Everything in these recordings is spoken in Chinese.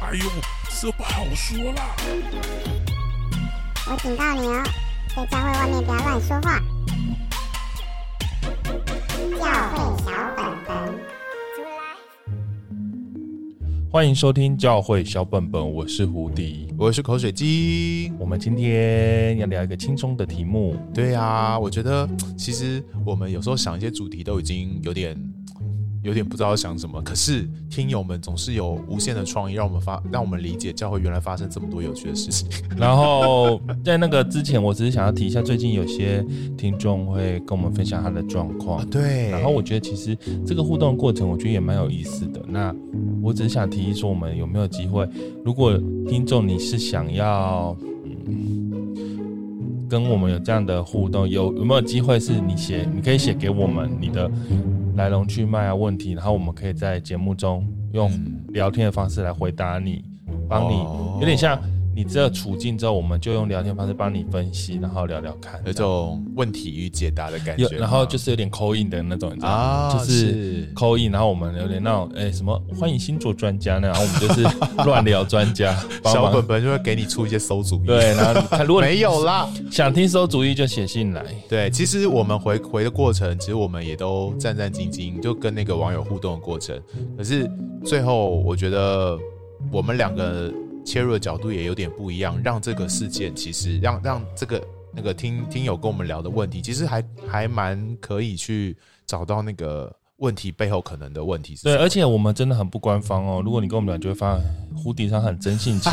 哎呦，这不好说啦。我警告你哦，在教会外面不要乱说话。教会小本本，出来。欢迎收听教会小本本，我是胡迪。我是口水鸡。我们今天要聊一个轻松的题目，对啊，我觉得其实我们有时候想一些主题都已经有点有点不知道想什么，可是听友们总是有无限的创意，让我们发让我们理解教会原来发生这么多有趣的事情。然后在那个之前，我只是想要提一下，最近有些听众会跟我们分享他的状况。对然后我觉得其实这个互动的过程，我觉得也蛮有意思的。那我只是想提议说，我们有没有机会，如果听众你是想要，嗯，跟我们有这样的互动，有有没有机会是你写，你可以写给我们你的来龙去脉啊问题，然后我们可以在节目中用嗯聊天的方式来回答你，帮你，哦有点像你这处境之后，我们就用聊天方式帮你分析，然后聊聊看，有种问题与解答的感有，觉，然后就是有点口音的那种，你知道吗？啊，就是扣印，然后我们有点那种哎、什么欢迎星座专家呢，然后我们就是 乱聊专家，帮小忙本本就会给你出一些馊主意。对，然后他如果你没有啦，想听馊主意就写信来，对，其实我们回回的过程，其实我们也都战战兢兢，就跟那个网友互动的过程。可是最后，我觉得我们两个切入的角度也有点不一样，让这个事件其实让让这个那个听听友跟我们聊的问题，其实还还蛮可以去找到那个问题背后可能的问题是什对，么。而且我们真的很不官方哦，如果你跟我们聊，就会发现胡迪上很真性情，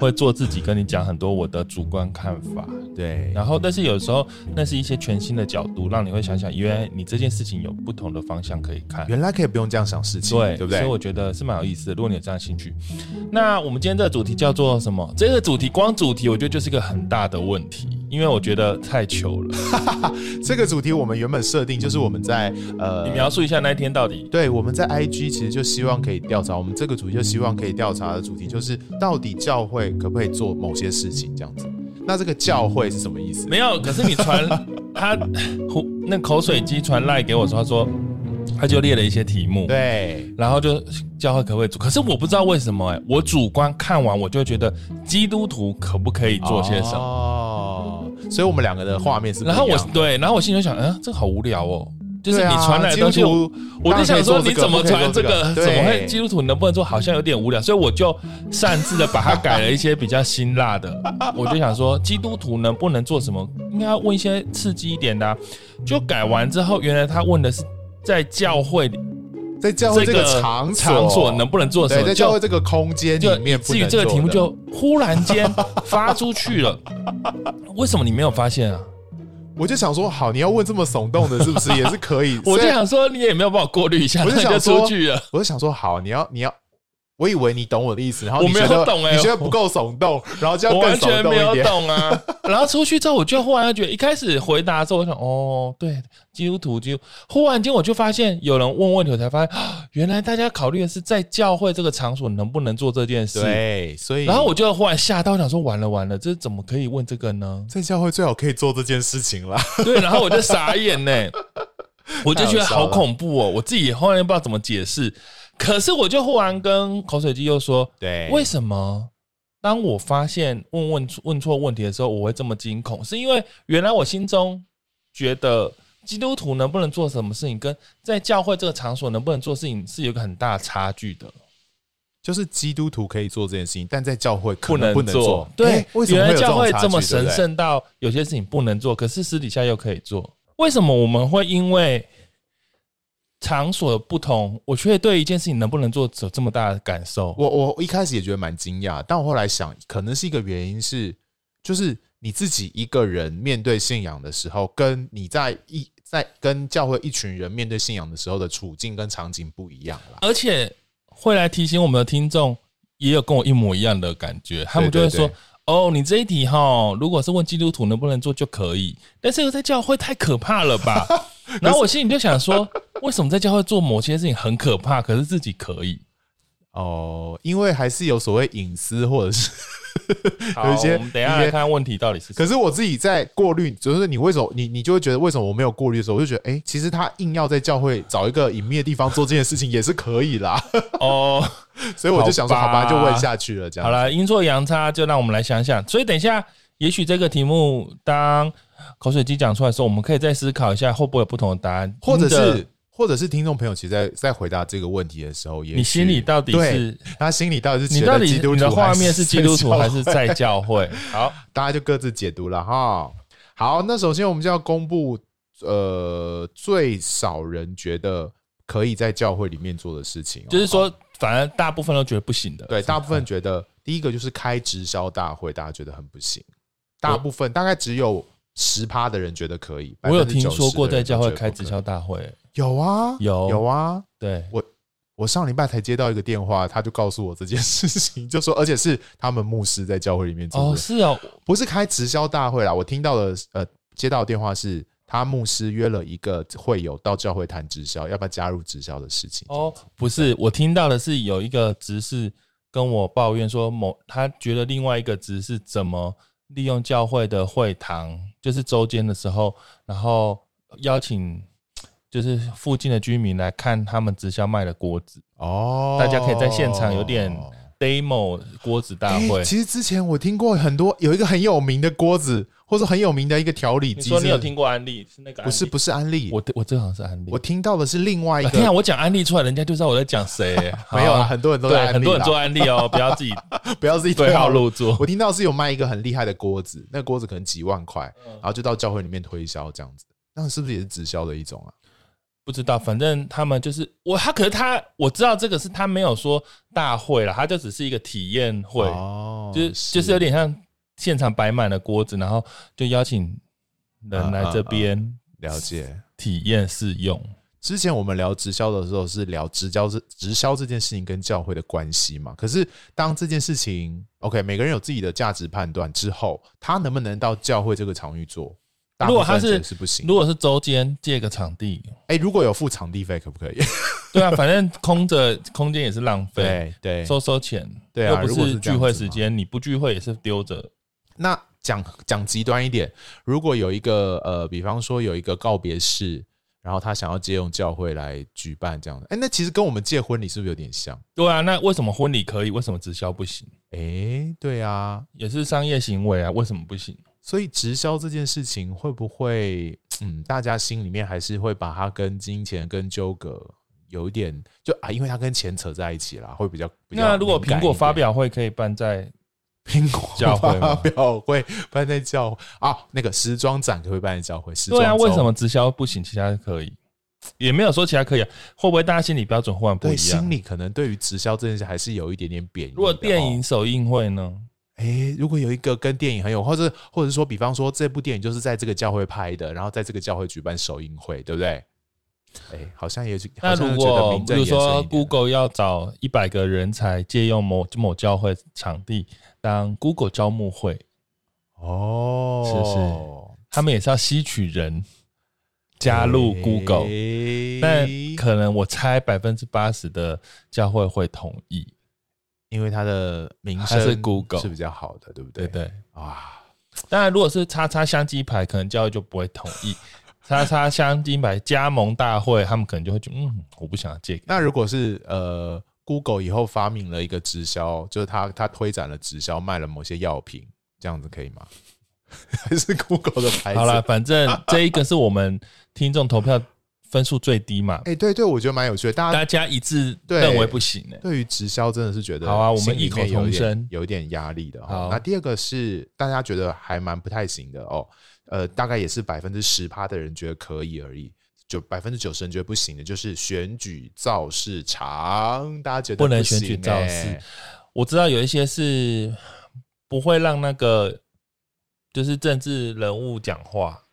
会做自己，跟你讲很多我的主观看法，对然后但是有时候那是一些全新的角度，让你会想想，原来你这件事情有不同的方向可以看。原来可以不用这样想事情，对，对不所对以？我觉得是蛮有意思的。如果你有这样的兴趣，那我们今天这个主题叫做什么？这个主题光主题，我觉得就是一个很大的问题，因为我觉得太糗 了。这个主题我们原本设定就是我们在呃你描述一下那一天到底对，我们在 IG 其实就希望可以调查，我们这个主题就希望可以调查的主题就是到底教会可不可以做某些事情这样子。那这个教会是什么意思？没有？可是你传他胡那口水鸡传赖给我说，他说他就列了一些题目，对，然后就教会可不可以做？可是我不知道为什么哎、我主观看完我就觉得基督徒可不可以做些什么？么？哦所以我们两个的画哦面是不一然样后的。我对，然后我心里就想，嗯、这个好无聊哦。就是对你啊传来的东西，基督徒我就想说，你怎么当传然可以这做这个个？不可以做这个怎么会对基督徒你能不能做？好像有点无聊，所以我就擅自的把它改了一些比较辛辣 的。我就想说，基督徒能不能做什么？应该要问一些刺激一点的啊、就改完之后，原来他问的是在教会里在教会这个场所，场所能不能做什对，么？在就教会这个空间就里面不至能做于的，这个题目就忽然 间发出去了，为什么你没有发现啊？我就想说，好，你要问这么耸动的，是不是 也是可以？我就所以想说，你也没有帮我过滤一下，我就那你想出说去了。我就想说，好，你要你要，我以为你懂我的意思，然后我你没觉有得懂欸你觉得不够耸动，然后就要我更完耸全动没一有点。懂 啊。然后出去之后，我就忽然觉得，一开始回答的时候，我想，哦，对，基督徒基督，忽然间我就发现有人问问题，我才发现啊原来大家考虑的是在教会这个场所能不能做这件事。对，所以？然后我就忽然吓到，我想说完了完了，这怎么可以问这个呢在教会最好可以做这件事情啦。对，然后我就傻眼呢、我就觉得太好笑好了恐怖哦，我自己后来不知道怎么解释。可是我就忽然跟口水鸡又说，对为什么当我发现问问问错问题的时候，我会这么惊恐？是因为原来我心中觉得基督徒能不能做什么事情，跟在教会这个场所能不能做事情是有一个很大的差距的。就是基督徒可以做这件事情，但在教会可不能能不能做。对诶，为什么原会来有教种会差这么距神？对不对圣到有些事情不能做，可是私底下又可以做？为什么我们会因为场所的不同，我却对一件事情能不能做有这么大的感受？我我一开始也觉得蛮惊讶，但我后来想，可能是一个原因是，就是你自己一个人面对信仰的时候，跟你在一在跟教会一群人面对信仰的时候的处境跟场景不一样啦。而且会来提醒我们的听众，也有跟我一模一样的感觉，他们就会说对对：“哦，你这一题哈，如果是问基督徒能不能做就可以，但是在教会太可怕了吧？” 然后我心里就想说，为什么在教会做某些事情很可怕，可是自己可以？哦，因为还是有所谓隐私或者是 好，有一些我们等一下来看问题到底是什可么。是我自己在过滤，就是你为什么你你就会觉得为什么我没有过滤的时候，我就觉得哎、诶其实他硬要在教会找一个隐秘的地方做这件事情也是可以啦， 哦，所以我就想说，好好吧吧，就问下去了，这样好了，了，阴错阳差，就让我们来想想。所以等一下，也许这个题目当口水鸡讲出来的时候，我们可以再思考一下，会不会有不同的答案，或者听是着或者是听众朋友，其实在在回答这个问题的时候，也你心里到底是对他心里到底是你觉到得底基督你徒的画还面是基督徒教还是会在教 会？好，大家就各自解读了哈。好，那首先我们就要公布，呃，最少人觉得可以在教会里面做的事情哦、就是说，反正大部分都觉得不行的。对，大部分觉得第一个就是开直销大会，大家觉得很不行。大部分大概只有十趴的人觉得可以，我有90%听说过的在人教会觉得开不可直以销大会，有啊，有有啊。对，我上礼拜才接到一个电话，他就告诉我这件事情，就说而且是他们牧师在教会里面做的，哦，是哦，不是开直销大会啦。我听到的呃，接到的电话是他牧师约了一个会友到教会谈直销，要不要加入直销的事情。哦，不是，我听到的是有一个执事跟我抱怨说某，他觉得另外一个执事怎么利用教会的会堂，就是周间的时候，然后邀请就是附近的居民来看他们直销卖的锅子哦大家可以在现场有点 demo 锅子大欸会。其实之前我听过很多，有一个很有名的锅子，或者很有名的一个调你理机。说你有？听过安利是那个？不是不是，是安利，我我我这好像是安利。我听到的是另外一啊天啊！个。我讲安利出来，人家就知道我在讲谁、好 没有啊，很多人都在对，安很利多人做啦，啊安利 哦，不要自己不要自己对号入座。我听到是有卖一个很厉害的锅子，那个锅子可能几万块，然后就到教会里面推销这样子。那是不是也是直销的一种啊？不知道，反正他们就是我，他可是他，我知道这个是他没有说大会了，他就只是一个体验会，哦就是就是有点像现场摆满了锅子，然后就邀请人来这啊边了解。体验试用。之前我们聊直销的时候是聊直销这直销这件事情跟教会的关系嘛？可是当这件事情 OK，每个人有自己的价值判断之后，他能不能到教会这个场域做？大如部果他分是人是不行如。果是周间借个场地，哎、如果有付场地费，可 不可以？对啊，反正空着空间也是浪费，对对。收收钱，对啊又如不果是是这聚样会子时嘛间，你不聚会也是丢着。那讲讲极端一点，如果有一个呃，比方说有一个告别式，然后他想要借用教会来举办这样的，哎、那其实跟我们借婚礼是不是有点像？对啊，那为什么婚礼可以，为什么直销不行？哎、对啊，也是商业行为啊，为什么不行？所以直销这件事情会不会，嗯，大家心里面还是会把它跟金钱跟纠葛有一点，就啊，因为它跟钱扯在一起啦，会比较比较。那如果苹果发，表会可以办在 苹果教会吗发表会办在教会啊，那个时装展可不可以办在教会，时装对啊，周为什么直销不行，其他可以？也没有说其他可以啊，会不会大家心理标准忽然不对一样心？里可能对于直销这件事还是有一点点贬义的哦。如果电影首映会呢？诶、如果有一个跟电影很有，或者或者说，比方说这部电影就是在这个教会拍的，然后在这个教会举办首映会，对不对？诶、好像也是。那好像如觉得果名比正言如顺一点说 Google 要找一百个人才借用某某教会场地当 Google 招募会，哦，是他们也是要吸取人加入 Google，、诶但可能我猜百分之八十的教会会同意。因为它的名它声是 Google 是比较好的，对不对对？对，啊，当然，如果是叉叉香鸡排，可能教会就不会同意。叉叉香鸡排加盟大会，他们可能就会觉得，嗯，我不想要借给。那如果是呃，Google 以后发明了一个直销，就是它它推展了直销，卖了某些药品，这样子可以吗？ 还是 Google 的牌子？好了，反正这一个是我们听众投票分数最低嘛，哎、对对，我觉得蛮有趣的。大家大家一致对认为不行呢、对于直销真的是觉得好啊我们心里异口面有同点声有一点压力的好哦。那第二个是大家觉得还蛮不太行的哦，呃，大概也是百分之十趴的人觉得可以而已。就百分之九十人觉得不行的，就是选举造势场，大家觉得不能行选举造势欸我知道有一些是不会让那个就是政治人物讲话，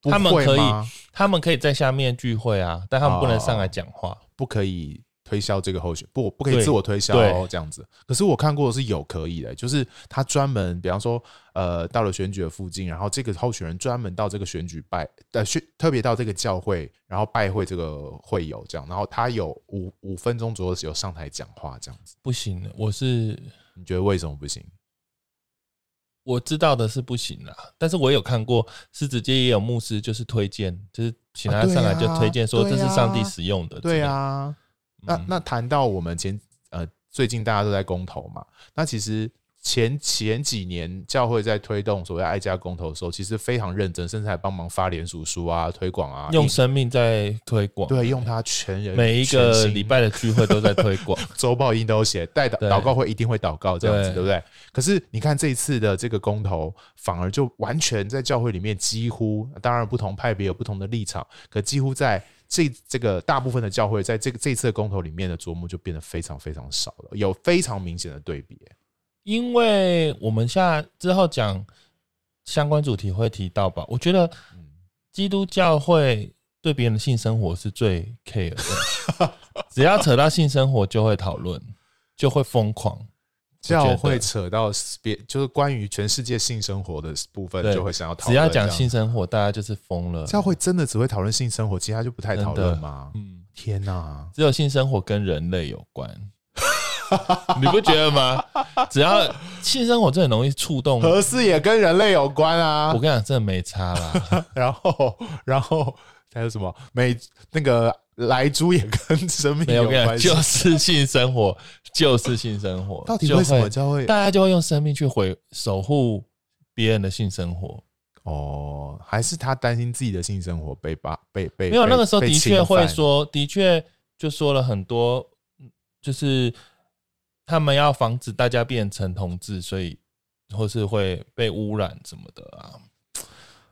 不他们会可以吗他们可以在下面聚会啊，但他们不能上来哦讲话。不可以推销这个候选，不不可以对自我推销对哦这样子。可是我看过的是有可以的，就是他专门，比方说，呃，到了选举的附近，然后这个候选人专门到这个选举拜，呃，选特别到这个教会，然后拜会这个会友这样，然后他有五五分钟左右有上台讲话这样子。不行，我是你觉得为什么不行？我知道的是不行啦，但是我有看过狮子街也有牧师，就是推荐，就是请啊他对上来就啊推荐说对这是上帝啊使用的之类的。对啊，那嗯那谈到我们前呃最近大家都在公投嘛，那其实前前几年教会在推动所谓爱家公投的时候，其实非常认真，甚至还帮忙发联署书啊、推广啊，用印生命在推广，对用他全人每一全个心礼拜的聚会都在推 广。周报印都写，带祷对祷告会一定会祷告这样子，对对不对？可是你看这一次的这个公投，反而就完全在教会里面几乎，当然不同派别有不同的立场，可几乎在这这个大部分的教会在这个这次的公投里面的琢磨就变得非常非常少了，有非常明显的对比。因为我们下之后讲相关主题会提到吧。我觉得嗯基督教会对别人的性生活是最 care 的， 只要扯到性生活就会讨论，就会疯狂。教我觉会得扯到别就是关于全世界性生活的部分，对就会想要讨论。只要讲，性生活，大家就是疯了。教会真的只会讨论性生活，其他就不太真讨的论吗？嗯，天哪！只有性生活跟人类有关， 你不觉得吗？只要性生活真的很容易触动，我何事也跟人类有关啊！跟你讲，真的没差 啦。然后，然后还有什么？美那个莱猪也跟生命没有，我跟你关讲，系。就是性生活，就是性生活，到底就为什么会教会？大家就会用生命去回守护别人的性生活？哦，还是他担心自己的性生活被霸被被没有，被那个时候被的侵确会犯说，的确就说了很多，嗯就是他们要防止大家变成同志，所以或是会被污染什么的啊。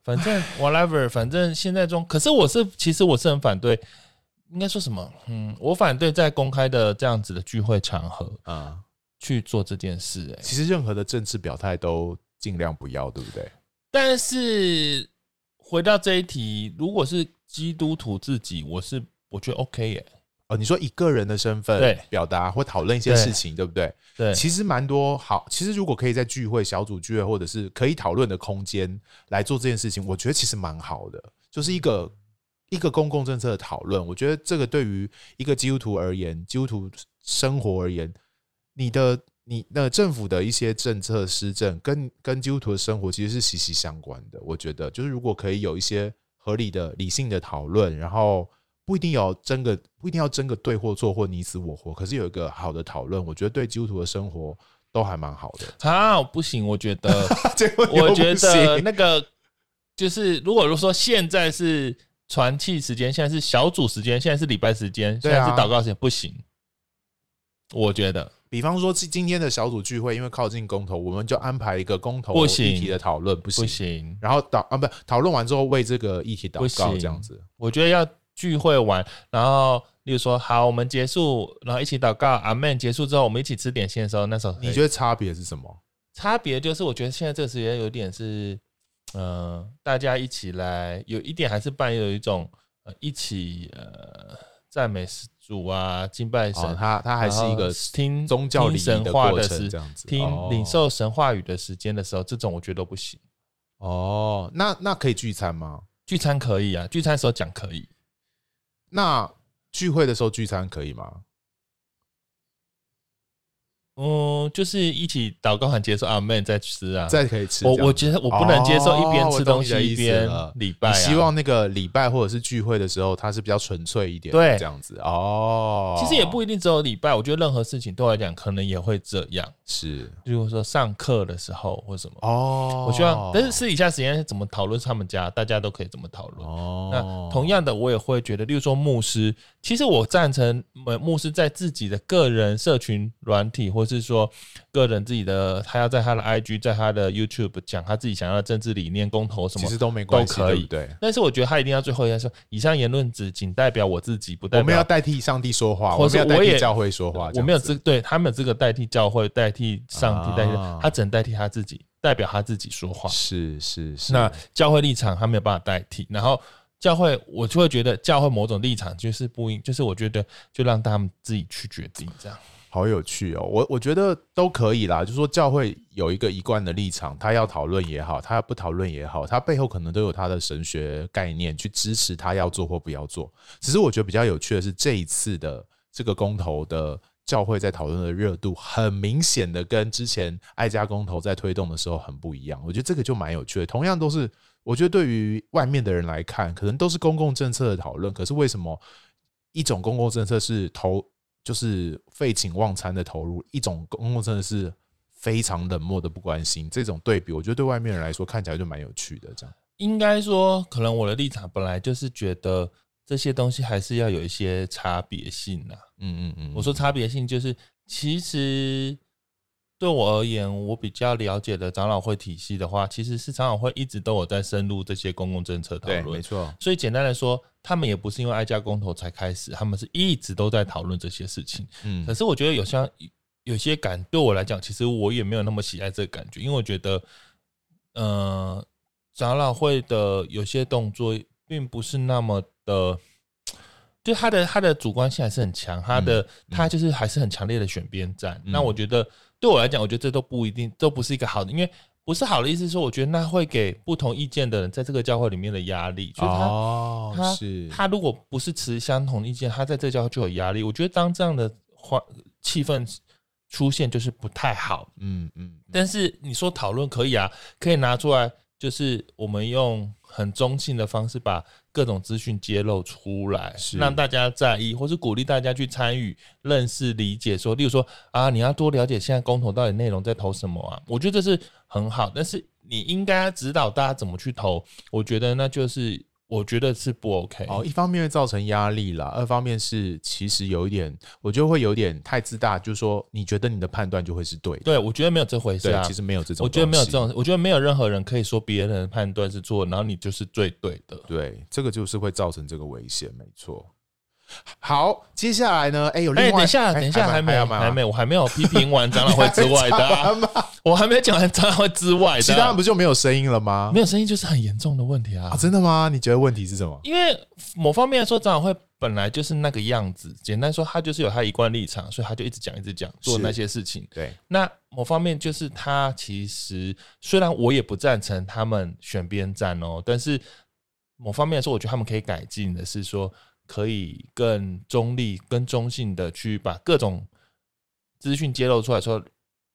反正 whatever，反正现在中，可是我是其实我是很反对，应该说什么？嗯，我反对在公开的这样子的聚会场合啊、去做这件事、欸。其实任何的政治表态都尽量不要，对不对？但是回到这一题，如果是基督徒自己，我是我觉得 OK 耶、哦，你说以个人的身份对表达或讨论一些对事情，对不对？对，其实蛮多好，其实如果可以在聚会、小组聚会，或者是可以讨论的空间来做这件事情，我觉得其实蛮好的，就是一个一个公共政策的讨论。我觉得这个对于一个基督徒而言，基督徒生活而言，你的你那政府的一些政策施政跟跟基督徒的生活其实是息息相关的。我觉得，就是如果可以有一些合理的、理性的讨论，然后不一定要争个不一定要争个对或错或你死我活，可是有一个好的讨论，我觉得对基督徒的生活都还蛮好的。 啊，不行，我觉得，结果又我觉不行 得那个就是，如果说现在是传气时间，现在是小组时间，现在是礼拜时间，现对啊在是祷告时间，不行。我觉得比方说今今天的小组聚会，因为靠近公投，我们就安排一个公投不行议题的讨论，不行。不行，然后讨啊不讨论完之后为这个议题祷不告行哎这样子，我觉得要聚会完，然后例如说，好，我们结束，然后一起祷告，阿门。结束之后，我们一起吃点心的时候，那时候可以你觉得差别是什么？差别就是，我觉得现在这个时间有点是，呃，大家一起来，有一点还是伴有一种呃一起呃赞美主啊，敬拜神，哦，他他还是一然个后听宗教听礼仪神话过的程时这样子，听哦领受神话语的时间的时候，这种我觉得都不行。哦，那那可以聚餐吗？聚餐可以啊，聚餐的时候讲可以，那聚会的时候聚餐可以吗？嗯，就是一起祷告喊结束阿妹再吃啊。再可以吃这我样子？我觉得我不能接受一边哦吃东西我懂你的一意思边了礼拜、啊，你希望那个礼拜或者是聚会的时候，它是比较纯粹一点的，对这样子哦。其实也不一定只有礼拜，我觉得任何事情对我来讲可能也会这样。是例如说上课的时候或什么，哦，我希望，但是私底下时间怎么讨论，他们家大家都可以怎么讨论。哦，那同样的，我也会觉得，例如说牧师，其实我赞成呃牧师在自己的个人社群软体，或是说个人自己的，他要在他的 IG，在他的 YouTube 讲他自己想要的政治理念、公投什其么实。都没关系，都可以对不对。但是我觉得他一定要最后一下说，以上言论只仅代表我自己，不代我们要表代替上帝说话，或我们是要代我也替教会说话，我没有这资样子对他没有资格代替教会、代替上帝、代替啊他，只能代替他自己，代表他自己说话。是是是，那教会立场他没有办法代替，然后教会我就会觉得教会某种立场就是不应，就是我觉得就让他们自己去决定这样。好有趣哦！我我觉得都可以啦，就说教会有一个一贯的立场，他要讨论也好，他不讨论也好，他背后可能都有他的神学概念去支持他要做或不要做。只是我觉得比较有趣的是，这一次的这个公投的教会在讨论的热度，很明显的跟之前爱家公投在推动的时候很不一样。我觉得这个就蛮有趣的。同样都是，我觉得对于外面的人来看，可能都是公共政策的讨论，可是为什么一种公共政策是投就是废寝忘餐的投入，一种公共政策是非常冷漠的不关心？这种对比，我觉得对外面人来说看起来就蛮有趣的。这样，应该说，可能我的立场本来就是觉得这些东西还是要有一些差别性啊啦。嗯嗯嗯，我说差别性就是，其实对我而言，我比较了解的长老会体系的话，其实是长老会一直都有在深入这些公共政策讨对，没论。错，所以简单来说，他们也不是因为哀家公投才开始，他们是一直都在讨论这些事情。嗯可是我觉得有像有些感对我来讲，其实我也没有那么喜爱这个感觉，因为我觉得，呃，长老会的有些动作并不是那么的，就他的他的主观性还是很强，他的、他就是还是很强烈的选边站。嗯那我觉得对我来讲，我觉得这都不一定，都不是一个好的，因为。不是好的意思是说，我觉得那会给不同意见的人在这个教会里面的压力，就是他、哦他是他如果不是持相同意见，他在这教会就有压力。我觉得当这样的话气氛出现，就是不太好。嗯嗯，但是你说讨论可以啊，可以拿出来，就是我们用很中性的方式把各种资讯揭露出来是，让大家在意，或是鼓励大家去参与、认识、理解说例如说啊，你要多了解现在公投到底内容在投什么啊，我觉得这是很好，但是你应该指导大家怎么去投，我觉得那就是我觉得是不 OK。哦，一方面会造成压力啦，二方面是其实有一点，我觉得会有点太自大，就是说你觉得你的判断就会是对的，对，我觉得没有这回事对，啊。其实没有这种，我觉得没有这，种，我觉得没有任何人可以说别人的判断是错，然后你就是最对的。对，这个就是会造成这个危险，没错。好，接下来呢？哎、有另哎、外，等一下，哎等一下，还没，有还没，我还没有批评完长老会之外的 啊、还吗我还没有讲完长老会之外其的他啊、人不就没有声音了吗？没有声音就是很严重的问题啊。啊，真的吗？你觉得问题是什么？因为某方面来说，长老会本来就是那个样子，简单说，他就是有他一贯立场，所以他就一直讲，一直讲，做是那些事情。对，那某方面就是他其实虽然我也不赞成他们选边站哦，但是某方面来说，我觉得他们可以改进的是说，可以更中立、更中性的去把各种资讯揭露出来说。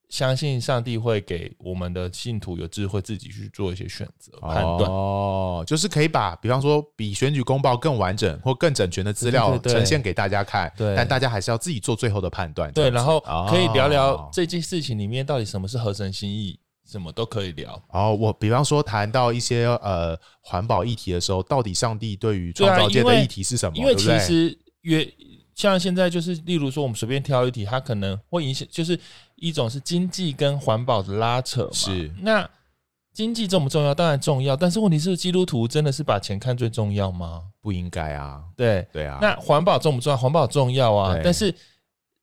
相信上帝会给我们的信徒有智慧，自己去做一些选择、判断。哦，就是可以把，比方说比选举公报更完整或更整全的资料对对对呈现给大家看，对但大家还是要自己做最后的判断。这对，样子然后可以聊哦聊这件事情里面到底什么是合神心意，什么都可以聊。哦，我比方说谈到一些呃环保议题的时候，到底上帝对于对创啊造界因的为议题是什么？因为对其不对实越像现在就是，例如说我们随便挑一题，它可能会影响，就是一种是经济跟环保的拉扯嘛。是那经济重不重要？当然重要，但是问题是基督徒真的是把钱看最重要吗？不应该啊，对，对啊。那环保重不重要？环保重要啊对，但是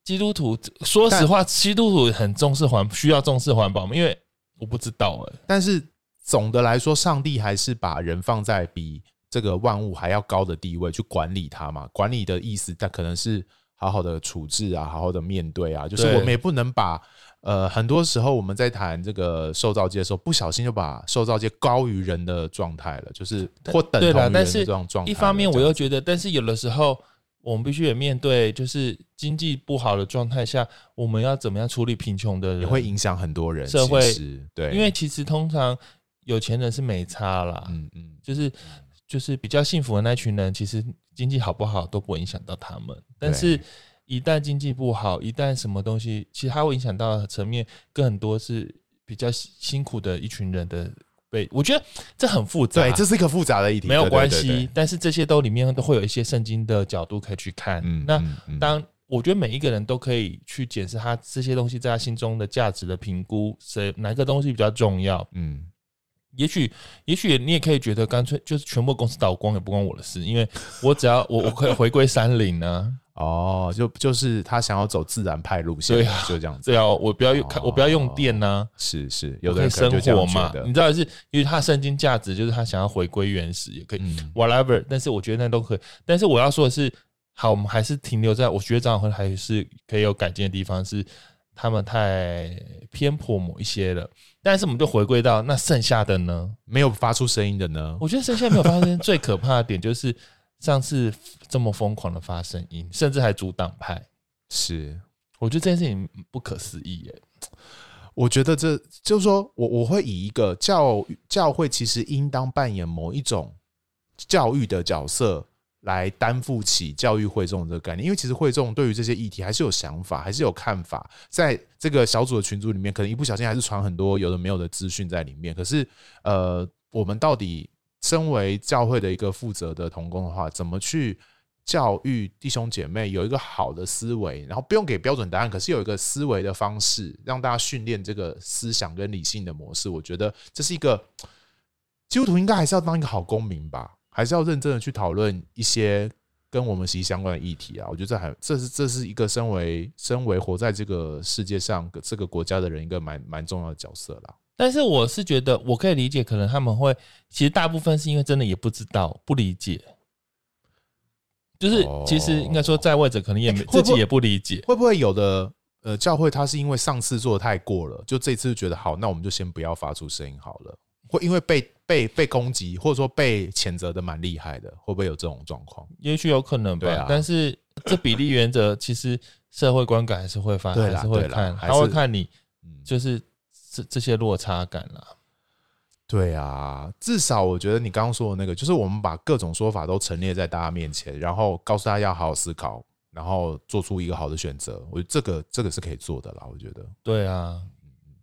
基督徒说实话，基督徒很重视环，需要重视环保吗？因为我不知道哎、但是总的来说，上帝还是把人放在比这个万物还要高的地位去管理它嘛。管理的意思，但可能是好好的处置啊，好好的面对啊。就是对我们也不能把呃，很多时候我们在谈这个受造界的时候，不小心就把受造界高于人的状态了，就是或等对同于啦人但的是这种状态了。一方面，这我样又觉得，但是有的时候我们必须也面对，就是经济不好的状态下，我们要怎么样处理贫穷的人？也会影响很多人社会其实对，因为其实通常有钱人是没差啦，嗯嗯，就是就是比较幸福的那群人，其实经济好不好都不会影响到他们，但是。一旦经济不好，一旦什么东西，其实它会影响到的层面更多是比较辛辛苦的一群人的被，我觉得这很复杂。对，这是一个复杂的议题，啊没有对关，对对系对，但是这些都里面都会有一些圣经的角度可以去看。嗯，那嗯嗯当我觉得每一个人都可以去检视他这些东西在他心中的价值的评估，谁哪个东西比较重要？嗯。也许，也许你也可以觉得，干脆就是全部公司倒光也不关我的事，因为我只要我我 可以回归山林啊，哦，就就是他想要走自然派路线，对啊就这样子，对啊，我不要用、哦我不要用电呐、是是，我有的可以人可能生就这活样觉嘛，得你，知道是，因为他的圣经价值就是他想要回归原始，也可以，嗯， whatever，但是我觉得那都可以。但是我要说的是，好，我们还是停留在我觉得张老还是可以有改进的地方，是他们太偏颇某一些了。但是我们就回归到那剩下的呢？没有发出声音的呢，我觉得剩下没有发生最可怕的点就是上次这么疯狂的发声音，甚至还阻挡派。是我觉得这件事情不可思议耶、我觉得这就是说我我会以一个教教会其实应当扮演某一种教育的角色来担负起教育会众这个概念，因为其实会众对于这些议题还是有想法，还是有看法，在这个小组的群组里面，可能一不小心还是传很多有的没有的资讯在里面。可是呃，我们到底身为教会的一个负责的童工的话，怎么去？教育弟兄姐妹有一个好的思维，然后不用给标准答案，可是有一个思维的方式，让大家训练这个思想跟理性的模式。我觉得这是一个基督徒应该还是要当一个好公民吧，还是要认真的去讨论一些跟我们息息相关的议题啊。我觉得这还这是这是一个身为身为活在这个世界上这个国家的人一个蛮蛮重要的角色啦。但是我是觉得，我可以理解，可能他们会，其实大部分是因为真的也不知道、不理解，就是哦其实应该说在位者可能也没 会不会自己也不理解，会不会有的呃教会他是因为上次做的太过了，就这次就觉得好，那我们就先不要发出声音好了。会因为被被被攻击，或者说被谴责的蛮厉害的，会不会有这种状况？也许有可能对吧。啊但是这比例原则，其实社会观感还是会发，对还啦是会对啦看，还他会是看你嗯，就是这这些落差感啦。对啊，至少我觉得你刚刚说的那个，就是我们把各种说法都陈列在大家面前，然后告诉大家要好好思考，然后做出一个好的选择。我觉得这个这个是可以做的啦，我觉得。对啊，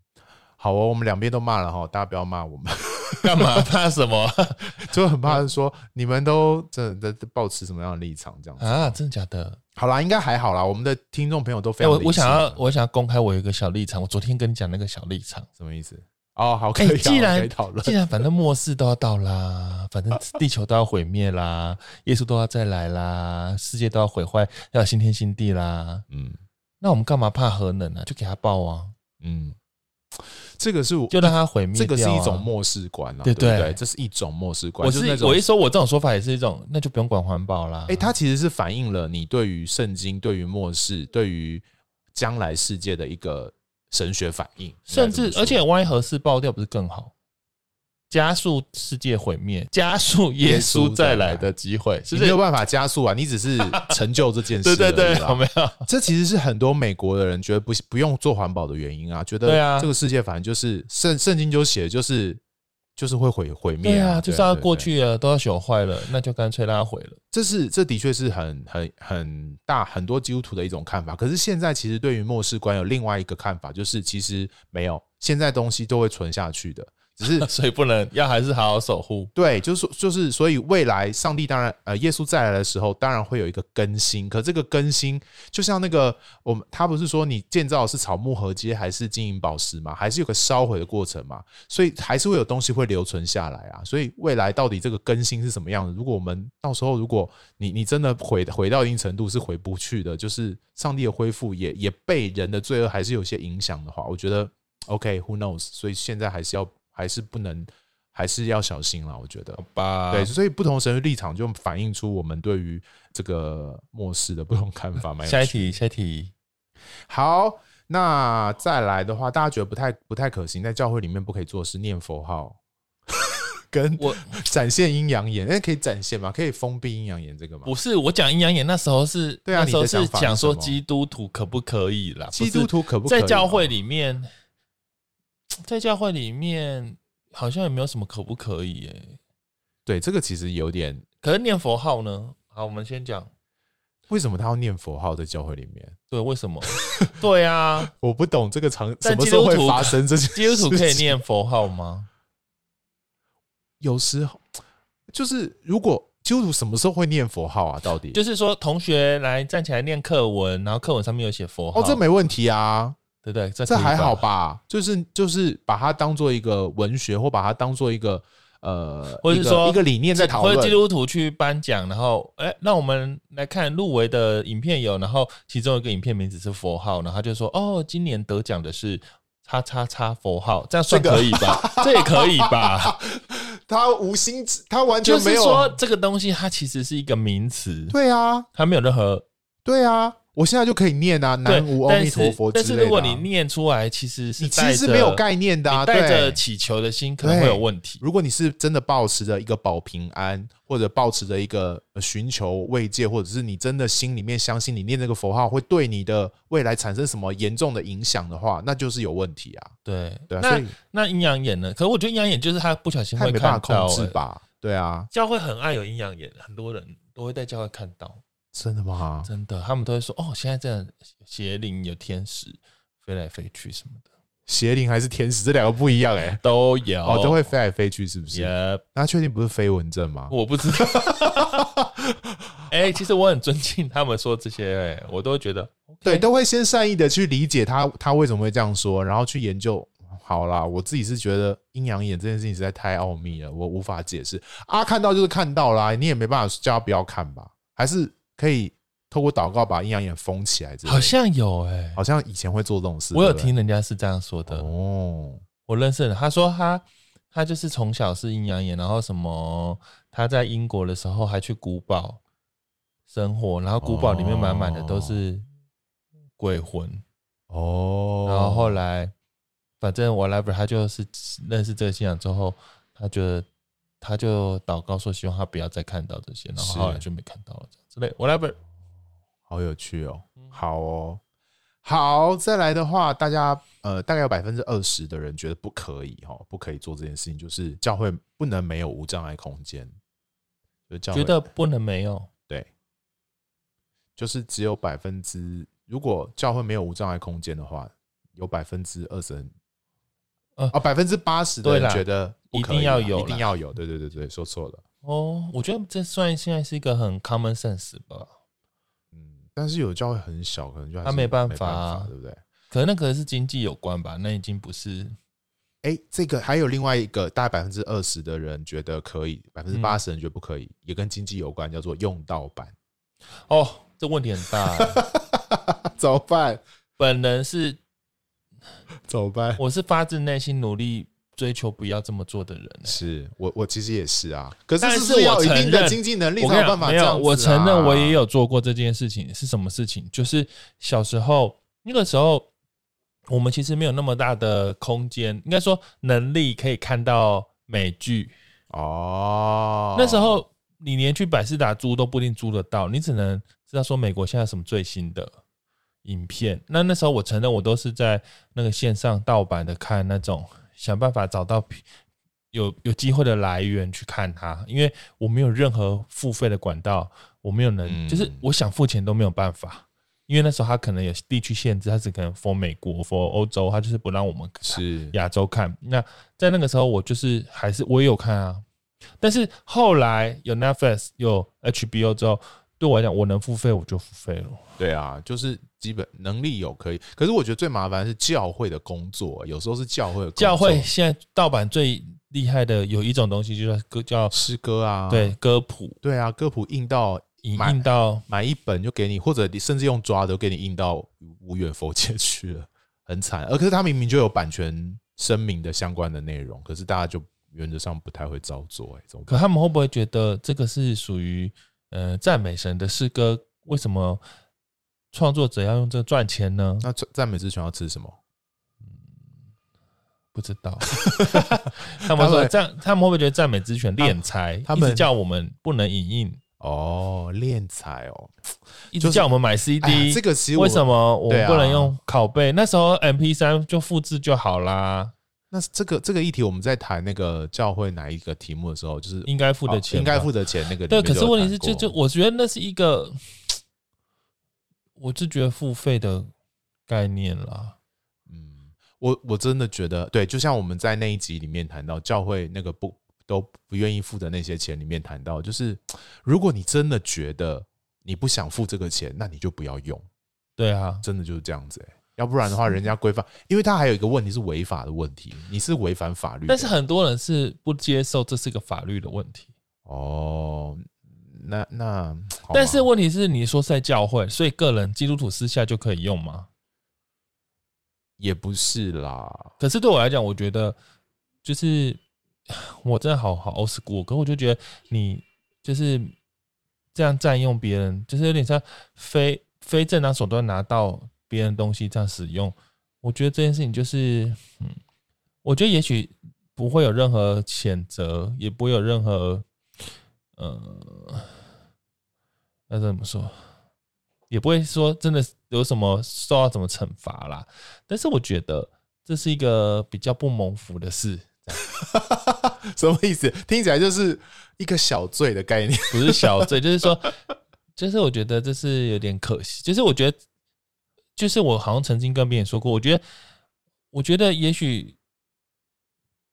好哦，我们两边都骂了哈，大家不要骂我们， 干嘛怕什么 就很怕说你们都真的在抱持什么样的立场这样子。啊？真的假的？好啦，应该还好啦。我们的听众朋友都非哎、常我理性、我啊想要我想要公开我有一个小立场，我昨天跟你讲那个小立场。什么意思？哦，好，可哎、以啊、既可以然讨 论既。然反正末世都要到 啦，反正地球都要毁灭啦，耶稣都要再来啦，世界都要毁坏，要有新天新地啦，嗯那我们干嘛怕核能啊？就给它爆啊，嗯，这个是我就让它毁灭、啊这个是一种，漠视观啊，对不对对这是一种漠视观。我就是那是种我一说我这种说法也是一种，那就不用管环保啦。哎、它其实是反映了你对于圣经、对于末世、对于将来世界的一个神学反应，甚应至该这么说而且万一核试爆掉不是更好？加速世界毁灭，加速耶稣再来的机会，是你不没是有？办法加速啊，你只是成就这件事而对已 对啦。啊对，有没有？这其实是很多美国的人觉得不不用做环保的原因啊，觉对得啊这个世界反正就是圣圣经就写就是就是会毁毁对灭啊，就是要过。对对对去了，都要朽坏了，那就干脆拉回了。这是这的确是很很很大很多基督徒的一种看法。可是现在其实对于末世观有另外一个看法，就是其实没有，现在东西都会存下去的，只是 所以不能要还是好好守护。对，就是说，就是，所以未来上帝当然，呃，耶稣再来的时候，当然会有一个更新。可这个更新，就像那个我们，他不是说你建造的是草木合接还是金银宝石嘛，还是有个烧毁的过程嘛，所以还是会有东西会留存下来啊。所以未来到底这个更新是什么样的？如果我们到时候，如果你你真的毁毁到一定程度是回不去的，就是上帝的恢复也也被人的罪恶还是有些影响的话，我觉得 OK，Who、knows？所以现在还是要还是不能。还是要小心啦，我觉得。吧对，所以不同神学立场就反映出我们对于这个末世的不同看法。蛮有下一趣的。题，下一题，好，那再来的话，大家觉得不太不太可行，在教会里面不可以做是念佛号，跟我展现阴阳眼，那可以展现吗？可以封闭阴阳眼这个吗？不是我讲阴阳眼，那时候是对啊那时候你的想是法是讲说什么基督徒可不可以啦？基督徒可不啊不可是以啊在教会里面，在教会里面好像也没有什么可不可以耶、对这个其实有点，可是念佛号呢？好，我们先讲。为什么他要念佛号在教会里面？对，为 什么？对啊，我不懂这个常什但么基时候督会徒发生这件事基督徒可以情念佛号吗？有时候就是如果基督徒什么时候会念佛号啊？到底就是说，同学来站起来念课文，然后课文上面有写佛号，哦，这没问题啊，对不对？这这可以还好？吧？就是就是把它当做一个文学，或把它当做一个呃，或者一个说一个理念在讨或者基论。督徒去颁奖，然后哎，那我们来看入围的影片有，然后其中一个影片名字是佛号，然后他就说哦，今年得奖的是叉叉叉佛号，这样算这个可以吧？这也可以 吧？他无心之，他完就全没是有。说这个东西它其实是一个名词，对啊，它没有任何对啊，我现在就可以念啊，对南无，阿但弥是陀佛但之类的是啊、如果你念出来，其实是你其带实着没有概念的、啊，你带着对。祈求的心，可能会有问题。如果你是真的抱持着一个保平安，或者抱持着一个呃寻求慰藉，或者是你真的心里面相信你念这个佛号会对你的未来产生什么严重的影响的话，那就是有问题啊。对，对啊，所那以那阴阳眼呢？可是我觉得阴阳眼就是他不小心他会也没办法看到、控制欸吧？对啊，教会很爱有阴阳眼，很多人都会在教会看到，真的吗？真的，他们都会说哦，现在这样邪灵有天使飞来飞去什么的邪灵还是天使，这两个不一样哎、都有， 哦，都会。飞来飞去，是不是？耶，那确定不是飞蚊症吗？我不知道。 哎、其实我很尊敬他们说这些、欸，我都觉得对，都会先善意的去理解他他为什么会这样说，然后去研究。好啦，我自己是觉得阴阳眼这件事情实在太奥秘了，我无法解释。啊，看到就是看到啦，你也没办法叫他不要看吧？还是可以透过祷告把阴阳眼封起来之类的？好像有哎、好像以前会做这种事，我有对不对听人家是这样说的。哦，我认识的人，他说他他就是从小是阴阳眼，然后什么他在英国的时候还去古堡生活，然后古堡里面满满的都是鬼魂，哦，然后后来反正 whatever，他就是认识这个信仰之后，他觉得他就祷告说希望他不要再看到这些，然后是后来就没看到了这样之类 whatever。好有趣哦嗯，好哦，好，再来的话，大家呃，大概有百分之二十的人觉得不可以哦，不可以做这件事情，就是教会不能没有无障碍空间，就教会觉得不能没有，对，就是只有百分之，如果教会没有无障碍空间的话，有百分之二十人，呃啊，百分之八十的对人啦觉得不一可定以要啦有一定啦要有，对对对对，说错了，哦，我觉得这算现在是一个很 common sense 吧，嗯，但是有教会很小，可能就还他是没办没法办啊法，对不对？可能那个是经济有关吧，那已经不是哎，这个还有另外一个，大概百分之二十的人觉得可以，百分之嗯八十人觉得不可以，也跟经济有关，叫做用到版， 哦，这问题很大。 怎么办？本人是怎么办？我是发自内心努力追求不要这么做的人、欸是我我其实也是啊，可是但是是不是要有一定我承的认经济能力我才跟你讲，办法没这样、有，子啊我承认我也有，有做过这件事情。是什么事情？就是小时候那个时候，我们其实没有那么大的空间，应该说能力可以看到美剧。哦，那时候你连去百事达租都不一定租得到，你只能知道说美国现在有什么最新的影片。那那时候我承认，我都是在那个线上盗版的看那种，想办法找到比有有机会的来源去看它，因为我没有任何付费的管道，我没有能，嗯就是我想付钱都没有办法。因为那时候他可能有地区限制，他只可能 for 美国、for 欧洲，他就是不让我们看。是亚洲看。那在那个时候，我就是还是我也有看啊，但是后来有 Netflix 有 HBO 之后，对我来讲，我能付费我就付费了。对啊，就是基本能力有可以，可是我觉得最麻烦的是教会的工作，有时候是教会的工作教会现在盗版最厉害的有一种东西，就是歌叫诗歌啊，对歌谱，对啊，歌谱印到影买印到买一本就给你，或者你甚至用抓的给你印到无远佛界去了，很惨。呃而可是他明明就有版权声明的相关的内容，可是大家就原则上不太会照做、哎，怎么可办？他们会不会觉得这个是属于呃赞美神的诗歌？为什么创作者要用这赚钱呢？那赞赞美之泉要吃什么？不知 道，他们说会赞，他们会不会觉得赞美之泉敛财？他们一直叫我们不能影印，哦，练财哦，一直就是叫我们买 CD，、哎呀这个其实我为什？么我对啊们不能用拷贝？那时候 MP 三就复制就好啦，那这个这个议题，我们在谈那个教会哪一个题目的时候，就是应该付的哦钱吧、应该付的钱那个里面对。有可是问题是，谈就过就我觉得那是一个，我就觉得付费的概念啦。嗯，我我真的觉得，对，就像我们在那一集里面谈到教会那个不都不愿意付的那些钱里面谈到，就是如果你真的觉得你不想付这个钱，那你就不要用，对啊，真的就是这样子、欸。要不然的话，人家规范，因为他还有一个问题是违法的问题，你是违反法律的。但是很多人是不接受这是个法律的问题。哦，那那，好吧但是问题是，你说是在教会，所以个人基督徒私下就可以用吗？也不是啦， 可是对我来讲，我觉得就是 我真的好好 old school，可我就觉得你就是这样占用别人，就是有点像非非正当手段拿到别人的东西这样使用，我觉得这件事情就是，嗯，我觉得也许不会有任何谴责，也不会有任何，呃，那怎么说？也不会说真的有什么受到什么惩罚啦。但是我觉得这是一个比较不蒙福的事，什么意思？听起来就是一个小罪的概念。 不是小罪， 就是说，就是我觉得这是有点可惜。就是我觉得，就是我好像曾经跟别人说过，我觉得，我觉得也许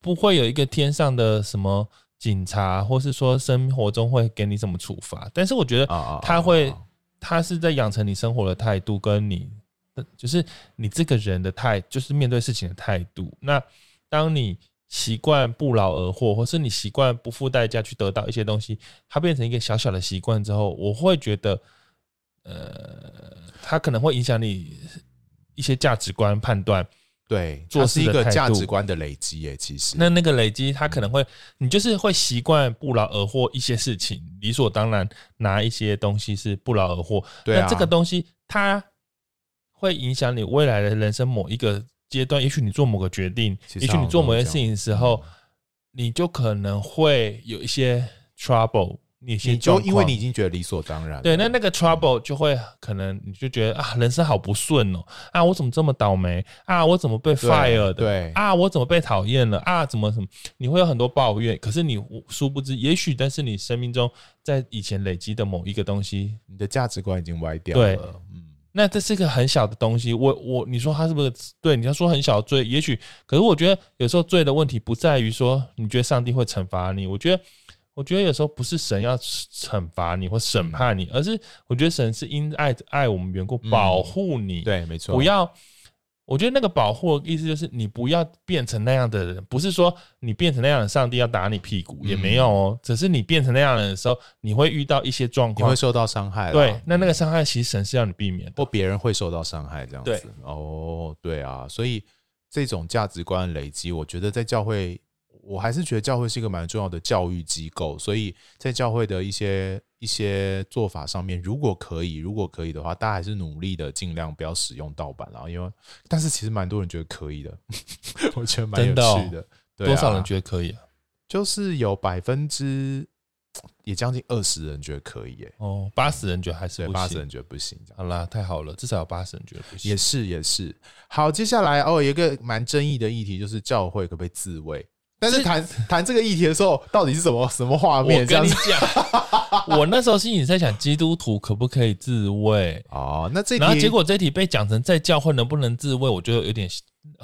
不会有一个天上的什么警察，或是说生活中会给你什么处罚，但是我觉啊啊啊得他会啊啊，他是在养成你生活的态度，跟你的就是你这个人的态，就是面对事情的态度。那当你习惯不劳而获，或是你习惯不付代价去得到一些东西，它变成一个小小的习惯之后，我会觉得，呃，它可能会影响你一些价值观判断。对，做它事是一的个态价度值观的累积耶。其实，那那个累积，它可能会，你就是会习惯不劳而获一些事情，理所当然拿一些东西是不劳而获。对啊，那这个东西它会影响你未来的人生某一个阶段，也许你做某个决定，其实也许你做某好像都是件事情的时嗯候，你就可能会有一些 trouble，你一些你就状因为况你已经觉得理所当然了，对，那那个 trouble 就会可能你就觉得啊，人生好不顺哦，啊，我怎么这么倒霉啊，我怎么被对 fire 的，对啊，我怎么被讨厌了啊，怎么什么，你会有很多抱怨，可是你殊不知，也许但是你生命中在以前累积的某一个东西，你的价值观已经歪掉对了。嗯，那这是一个很小的东西，我我你说它是不是对？你要说很小的罪，也许，可是我觉得有时候罪的问题不在于说你觉得上帝会惩罚你，我觉得，我觉得有时候不是神要惩罚你或审判你，而是我觉得神是因爱爱我们缘故嗯保护你，，对，没错。不要。我觉得那个保护的意思就是你不要变成那样的人，不是说你变成那样的上帝要打你屁股、嗯也没有哦，只是你变成那样的人的时候，你会遇到一些状你会况，受到伤害啦，对，那那个伤害其实神是要你避免的。或别人会受到伤害这样对子。哦，对啊，所以这种价值观累积，我觉得在教会，我还是觉得教会是一个蛮重要的教育机构，所以在教会的一些一些做法上面，如果可以，如果可以的话，大家还是努力的，尽量不要使用盗版啦，因为但是其实蛮多人觉得可以的， 我觉得蛮有真的哦趣的。对多啊少人觉得可以啊？就是有百分之也将近二十人觉得可以、耶，哦，八十人觉得还是对，不八十行人觉得不行，这样好啦，太好了，至少有八十人觉得不行。也是也是。好，接下来哦，有一个蛮争议的议题就是教会可不可以自卫？但是这谈 谈这个议题的时候，到底是什么什么画我面跟这样你子？讲， 我那时候心里在想，基督徒可不可以自卫？哦，那这然后题结果这题被讲成在教会能不能自卫，我就有点，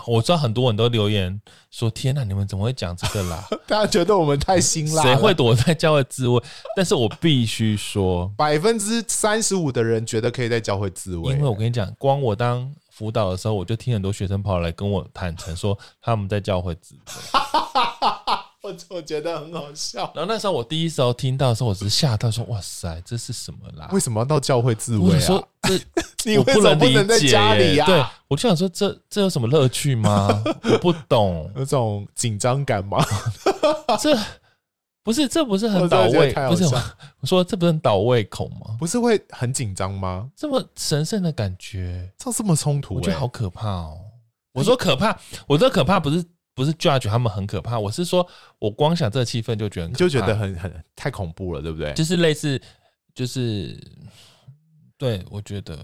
我知道很多人都留言说：“天哪、你们怎么会讲这个啦？大家觉得我们太辛 辣了，谁会躲在教会自卫？”但是我必须说，百分之三十五的人觉得可以在教会自卫？因为我跟你讲，光我当辅导的时候，我就听很多学生跑来跟我坦诚说他们在教会自卫。我我觉得很好笑，然后那时候我第一时候听到的时候，我只是吓到说：“哇塞，这是什么啦？”为什么要到教会自我卫想啊说？这 你我为什么能不理能在解家里耶啊对，我就想说这这有什么乐趣吗？ 我不懂，有种紧张感吗？这不是这不是我很真的倒觉得胃，太好不是笑我我说这不是很倒胃口吗？不是会很紧张吗？这么神圣的感觉，这这么冲突、欸，我觉得好可怕哦。我说可怕，我这可怕不是不是 judge 他们很可怕，我是说我光想这气氛就觉得很你可就觉怕得很很太恐怖了，对不对？就是类似就是对我觉得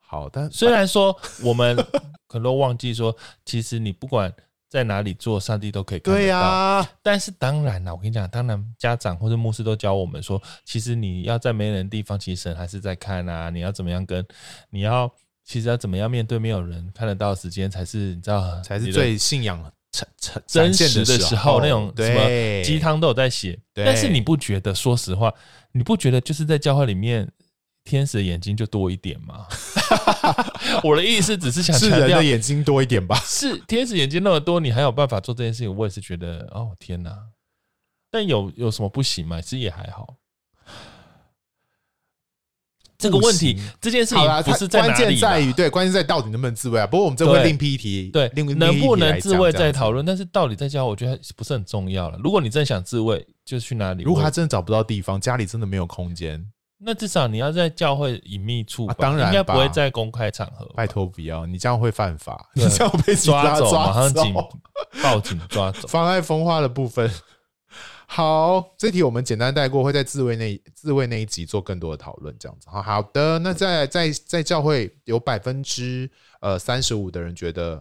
好，但虽然说我们 可能都忘记说，其实你不管在哪里做，上帝都可以看得到。对呀、但是当然啦，我跟你讲，当然家长或者牧师都教我们说，其实你要在没人的地方，其实神还是在看啊。你要怎么样跟，你要其实要怎么样面对没有人看得到的时间，才是你知道才是你的最信仰呈呈真实的的时候，那种什对么鸡汤都有在写。对但是你不觉得？说实话，你不觉得就是在教会里面，天使的眼睛就多一点 吗？我的意思只是想是强人调的，眼睛多一点吧？是天使眼睛那么多，你还有办法做这件事情？我也是觉得，哦天哪！但有有什么不行吗？其实也还好。这个问题不行，这件事好啦，情不它是在哪关里键啦在于对，关键在到底能不能自卫啊？不过我们这会对另辟一题，对，另另辟能一不题来能讲自卫这样再子讨论，但是到底在家，我觉得不是很重要了。如果你真想自卫，就去哪里？如果我他真的找不到地方，家里真的没有空间，那至少你要在教会隐秘处吧、啊当然应该不吧会在公开场合吧拜托不要，你这样会犯法，你对这样被警察抓走，马抓上警走。报警抓走。妨碍风化的部分。 好，这题我们简单带过，会在自卫那自卫那一集做更多的讨论，这样子。好好的，那在在在教会有百分之呃三十五的人觉得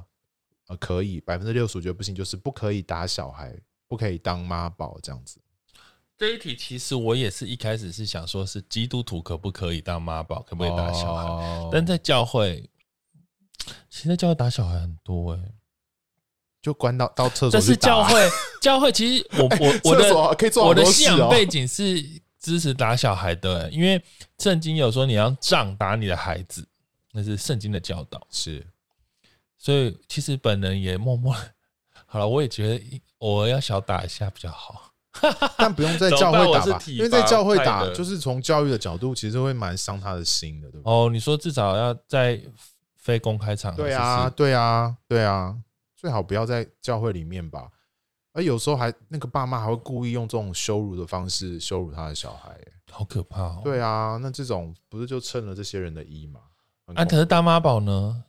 呃可以，百分之六十觉得不行，就是不可以打小孩，不可以当妈宝这样子。这一题其实我也是一开始是想说，是基督徒可不可以当妈宝，可不可以打小孩？哦但在教会，其实在教会打小孩很多哎、就关到到厕所去打，但是教会 教会其实我我我厕所的可以做好我的多信事仰哦。背景是支持打小孩的欸、因为圣经有说你要杖打你的孩子，那是圣经的教导。是所以其实本人也默默好了，我也觉得偶尔要小打一下比较好。但不用在教怎么办会打我是吧，体因为在教会罚打派的就是从教育的角度，其实会蛮伤他的心的，对不对？哦，你说至少要在非公开场合，对啊，是对啊，对啊，最好不要在教会里面吧。而有时候还那个爸妈还会故意用这种羞辱的方式羞辱他的小孩、欸不是好可怕哦。对啊，那这种不是就趁了这些人的意吗？很啊，恐可是当妈宝呢？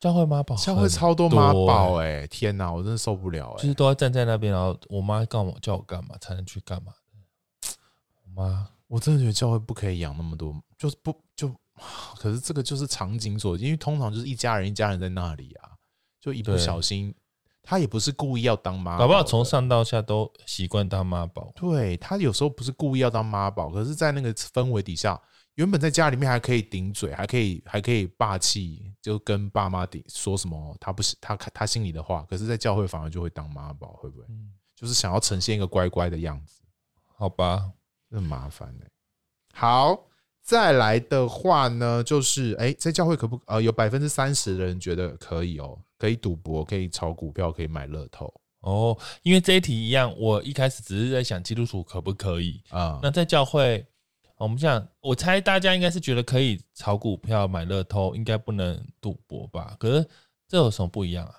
教会妈宝怖很，教会超多妈宝哎、哎、欸天哪，我真的受不了哎、就是都要站在那边，然后我妈告我叫我干嘛才能去干嘛。我妈我真的觉得教会不可以养那么多，就是不就，可是这个就是场景所，因为通常就是一家人一家人在那里啊，就一不对小心，他也不是故意要当妈，搞不好从上到下都习惯当妈宝，对他有时候不是故意要当妈宝，可是，在那个氛围底下，原本在家里面还可以顶嘴，还可以还可以霸气，就跟爸妈顶说什么他不是他他心里的话，可是，在教会反而就会当妈宝，会不会？嗯，就是想要呈现一个乖乖的样子，好吧，很麻烦哎、好，再来的话呢，就是哎、在教会可不呃有百分之三十的人觉得可以哦，可以赌博，可以炒股票，可以买乐透哦，因为这一题一样，我一开始只是在想基督徒可不可以，啊、那在教会，哦我们想，我猜大家应该是觉得可以炒股票、买乐透，应该不能赌博吧？可是这有什么不一样啊？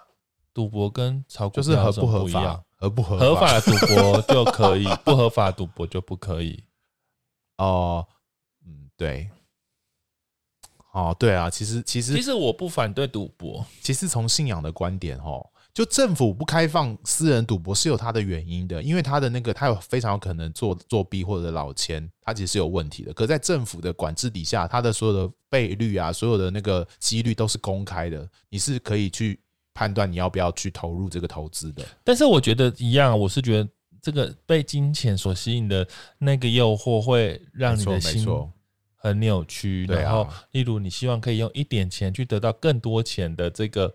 赌博跟炒股就票是合有什不么合不一法样？，合不合合法的赌博就可以，不合法赌博就不可以。 哦，嗯，对，哦，对啊，其实其其实实我不反对赌博，其实从信仰的观点哦，就政府不开放私人赌博是有它的原因的，因为它的那个它有非常有可能作作弊或者老千，它其实是有问题的。可在政府的管制底下，它的所有的倍率啊，所有的那个几率都是公开的，你是可以去判断你要不要去投入这个投资的。但是我觉得一样，啊我是觉得这个被金钱所吸引的那个诱惑，会让没你错，的没心错，很扭曲。对啊然后，例如你希望可以用一点钱去得到更多钱的这个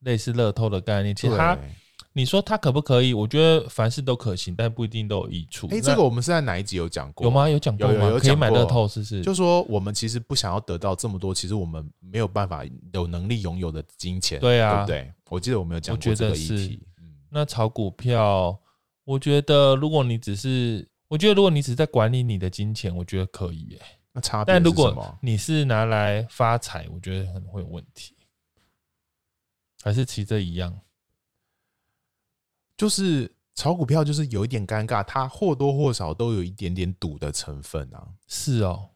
类似乐透的概念，其实它，对你说它可不可以？我觉得凡事都可行，但不一定都有益处。哎，那这个我们是在哪一集有讲过？有吗？有讲过有有吗？有可以讲买过乐透，是不是？就说我们其实不想要得到这么多，其实我们没有办法有能力拥有的金钱，对啊对不对？我记得我们有讲我觉过得这个议是题，嗯，那炒股票，我觉得如果你只是，我觉得如果你只是在管理你的金钱，我觉得可以耶、那差别但是如什果么？你是拿来发财，我觉得很会有问题。还是其实这一样，就是炒股票，就是有一点尴尬，它或多或少都有一点点赌的成分啊，是哦。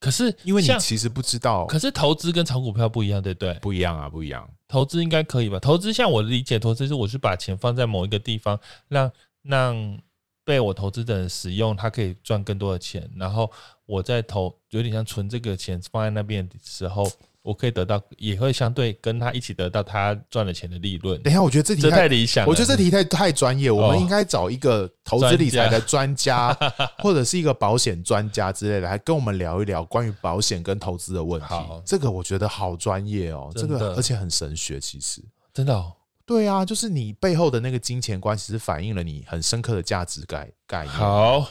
可是因为你像其实不知道，可是投资跟炒股票不一样，对不对？不一样啊，不一样，投资应该可以吧？投资像我理解，投资是我是把钱放在某一个地方，让让被我投资的人使用，他可以赚更多的钱，然后我再投，有点像存这个钱放在那边的时候，我可以得到，也会相对跟他一起得到他赚了钱的利润。等一下，我觉得这题这太太。理想了，我觉得这题太太专业，我哦们应该找一个投资理财的专家，或者是一个保险专家之类的，来跟我们聊一聊关于保险跟投资的问题好。这个我觉得好专业哦，这真的个而且很神学。其实，真的、哦、对啊，就是你背后的那个金钱观，其实反映了你很深刻的价值概概念。好。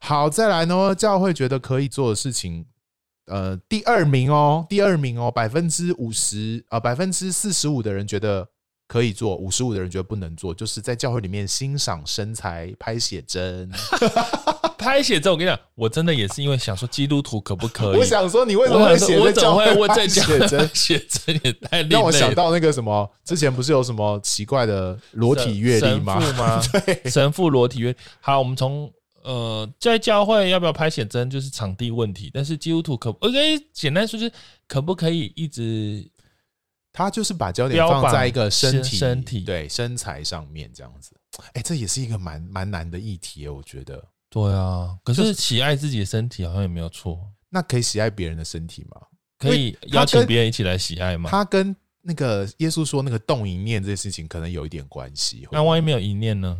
好，再来呢，教会觉得可以做的事情，呃，第二名哦，第二名哦，百分之五十啊，百分之四十五的人觉得可以做，五十五的人觉得不能做，就是在教会里面欣赏身材、拍写真。拍写真，我跟你讲，我真的也是因为想说基督徒可不可以？我想说，你为什么我会想写说，我在怎么教会会问拍在写讲？真 写真也太另类让我想了到那个什么，之前不是有什么奇怪的裸体阅历神吗？ 神父吗？神父裸体阅历。好，我们从呃，在教会要不要拍写真就是场地问题，但是基督徒可我可以简单说，就是可不可以一直他就是把焦点标榜放在一个身体、身身体对身材上面这样子。哎、这也是一个蛮蛮难的议题耶，我觉得。对啊？可就是喜爱自己的身体好像也没有错，那可以喜爱别人的身体吗？可以因为他邀请跟别人一起来喜爱嘛？他跟那个耶稣说那个动淫念这件事情可能有一点关系。那万一没有一念呢？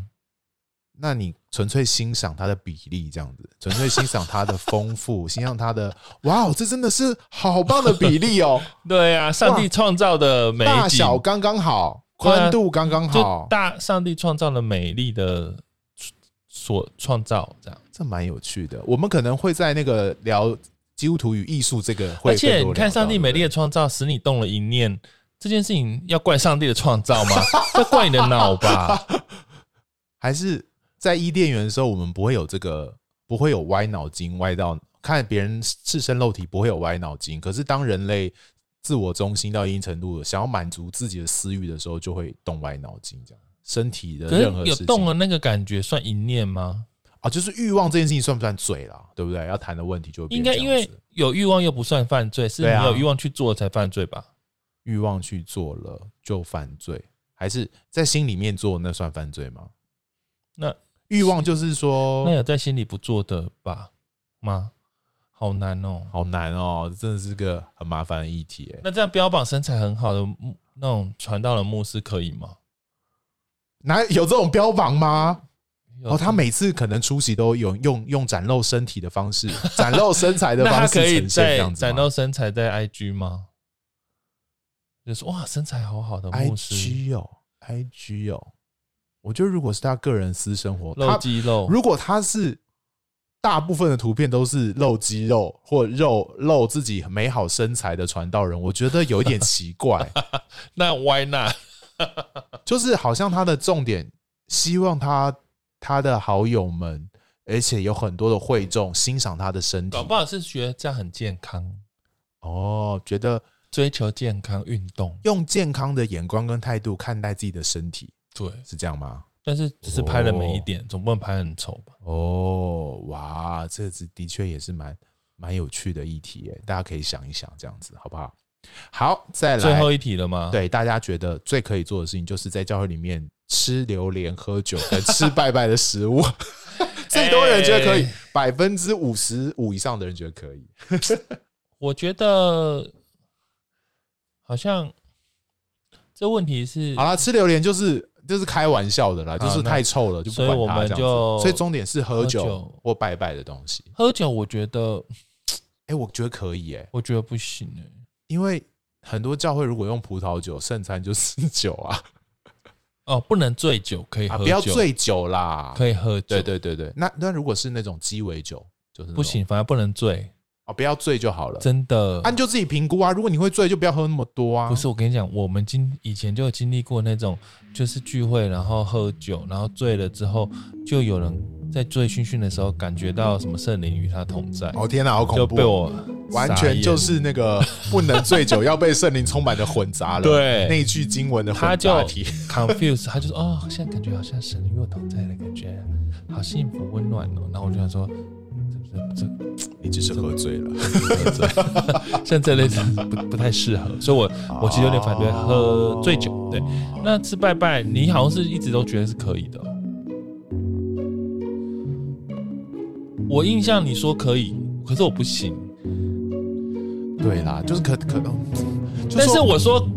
那你纯粹欣赏它的比例这样子，纯粹欣赏它的丰富， 欣赏它的，哇哦，这真的是好棒的比 例哦，对啊，上帝创造的美大景，小刚刚好，对啊宽度刚刚就好，大上帝创造了美丽的所创造这样。这蛮有趣的。我们可能会在那个聊基督徒与艺术这个而会更多聊且到，你看，上帝美丽的创造使你动了一念，这件事情要怪上帝的创造 吗？要怪你的脑吧？还是在伊甸园的时候，我们不会有这个，不会有歪脑筋，歪到看别人赤身肉体不会有歪脑筋。可是当人类自我中心到一定程度，想要满足自己的私欲的时候，就会动歪脑筋，这样身体的可是任何有事情动了那个感觉算一念吗？啊，就是欲望这件事情算不算罪啦？对不对？要谈的问题就会变应该这因样为子有欲望又不算犯罪，是对啊你有欲望去做才犯罪吧？欲望去做了就犯罪，还是在心里面做那算犯罪吗？那欲望就是说那有在心里不做的吧？吗？好难哦。好难哦，真的是个很麻烦的议题、欸。那这样标榜身材很好的牧那种传道的牧师可以吗？哪有这种标榜吗？有哦，他每次可能出席都有用用展露身体的 方式、展露身材的那方他式可以呈现这在样子吗。展露身材在 IG 吗？就说哇，身材好好的牧师 IG 哦，IG 哦，我觉得如果是他个人私生活，露他肌肉，如果他是大部分的图片都是露肌肉或肉露自己美好身材的传道人，我觉得有一点奇 怪，那 Why not？ 就是好像他的重点希望他他的好友们，而且有很多的会众欣赏他的身体搞，不好是觉得这样很健康，哦，觉得追求健康运动，用健康的眼光跟态度看待自己的身体，对。是这样吗？但是只是拍了美一点，总不能拍很丑吧？哦，哇，这是的确也是蛮蛮有趣的议题耶，大家可以想一想，这样子好不好？好，再来，最后一题了吗？，对大家觉得最可以做的事情，就是在教会里面吃榴莲、喝酒跟吃拜拜的食物。 最多人觉得可以哎，百分之五十五以上的人觉得可以。我觉得好像这问题是好啦，吃榴莲就是就是开玩笑的啦，好就是那太臭了，就不所以管我它们这样子。就所以重点是喝喝酒酒或拜拜的东西。喝酒，我觉得哎、我觉得可以哎、我觉得不行哎、因为很多教会如果用葡萄酒，圣餐就是酒啊，哦，不能醉酒，可以喝啊酒，不要醉酒啦。可以喝酒，对对对对，那那如果是那种鸡尾酒，就是那种不行，反正不能醉，啊，不要醉就好了。真的。啊，你就自己评估啊。如果你会醉，就不要喝那么多啊。不是，我跟你讲，我们经以前就有经历过那种，就是聚会，然后喝酒，然后醉了之后，就有人在醉醺醺的时候感觉到什么圣灵与他同在，哦，天哪，好就恐怖！被我完傻全眼就是那个不能 醉酒，要被圣灵充满的混杂了。对那一句经文的他混就杂体。 confused，他就说哦，现在感觉好像神与我同在的感觉，好幸福温暖哦。然后我就想说，这这你只是喝醉了。这像这类的不不太适合，所以我哦我其实有点反对喝醉酒。对，那吃拜拜，你好像是一直都觉得是可以的哦、我印象你说可以，可是我不行。 对啦，就是可可，嗯就但是说我说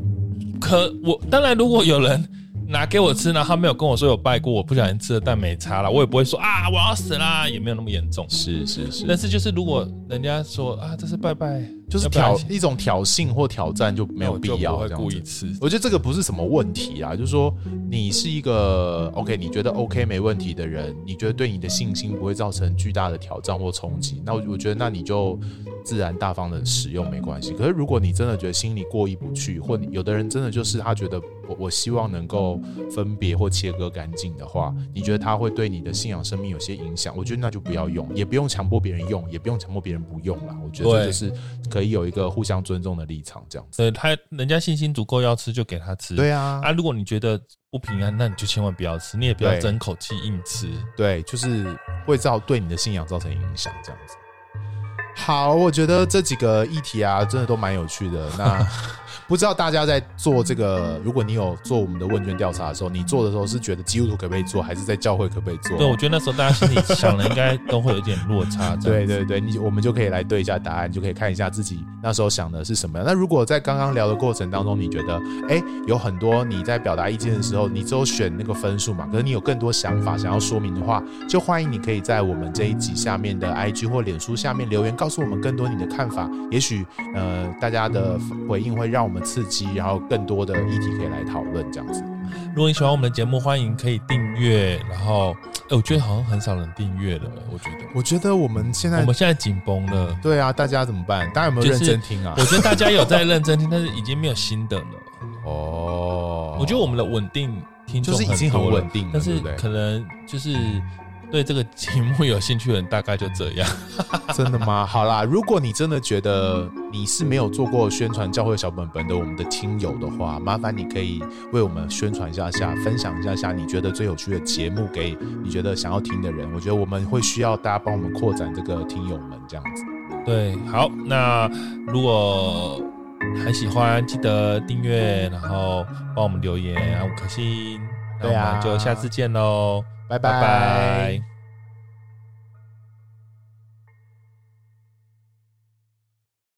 可我当然，如果有人拿给我吃，然后他没有跟我说有拜过，我不小心吃了，但没差啦，我也不会说啊我要死啦，也没有那么严重。是是是但是就是如果人家说啊这是拜拜，就是要不然挑一种挑衅或挑战就没有必那要我这就样不会故意子。吃。我觉得这个不是什么问题啊，就是说你是一个 OK，你觉得 OK 没问题的人，你觉得对你的信心不会造成巨大的挑战或冲击，那我我觉得那你就自然大方的使用没关系。可是如果你真的觉得心里过意不去，或你有的人真的就是他觉得我我希望能够分别或切割干净的话，你觉得他会对你的信仰生命有些影响，我觉得那就不要用，也不用强迫别人用，也不用强迫别人不用啦。我觉得这对就是可可以有一个互相尊重的立场，这样子。对他，人家信心足够要吃就给他吃。对啊，啊，如果你觉得不平安，那你就千万不要吃，你也不要对争口气硬吃。对，就是会造对你的信仰造成影响，这样子。好，我觉得这几个议题啊，真的都蛮有趣的。那不知道大家在做这个，如果你有做我们的问卷调查的时候，你做的时候是觉得基督徒可不可以做，还是在教会可不可以做？对，我觉得那时候大家心里想的应该都会有点落差。这样对对对，你我们就可以来对一下答案，就可以看一下自己那时候想的是什么样。那如果在刚刚聊的过程当中，你觉得哎有很多你在表达意见的时候，你只有选那个分数嘛，可是你有更多想法想要说明的话，就欢迎你可以在我们这一集下面的 IG 或脸书下面留言，告诉我们更多你的看法。也许呃大家的回应会让我们刺激，然后更多的议题可以来讨论这样子。如果你喜欢我们的节目，欢迎可以订阅。然后，哎，我觉得好像很少人订阅了，欸我觉得我觉得我们现我们现在紧绷了。对啊，大家怎么办？大家有没有就认是真听啊？我觉得大家有在认真听，但是已经没有新的了。哦我觉得我们的稳定听众就是已经很多了稳定了但对是不对可能就是对这个题目有兴趣的人大概就这样。 真的吗？好啦，如果你真的觉得你是没有做过宣传教会小本本的我们的听友的话，麻烦你可以为我们宣传一下下，分享一下下你觉得最有趣的节目给你觉得想要听的人。我觉得我们会需要大家帮我们扩展这个听友们这样子。对，好，那如果还喜欢，记得订阅，然后啊帮我们留言，然后五颗星。那对我啊们就下次见喽，拜拜拜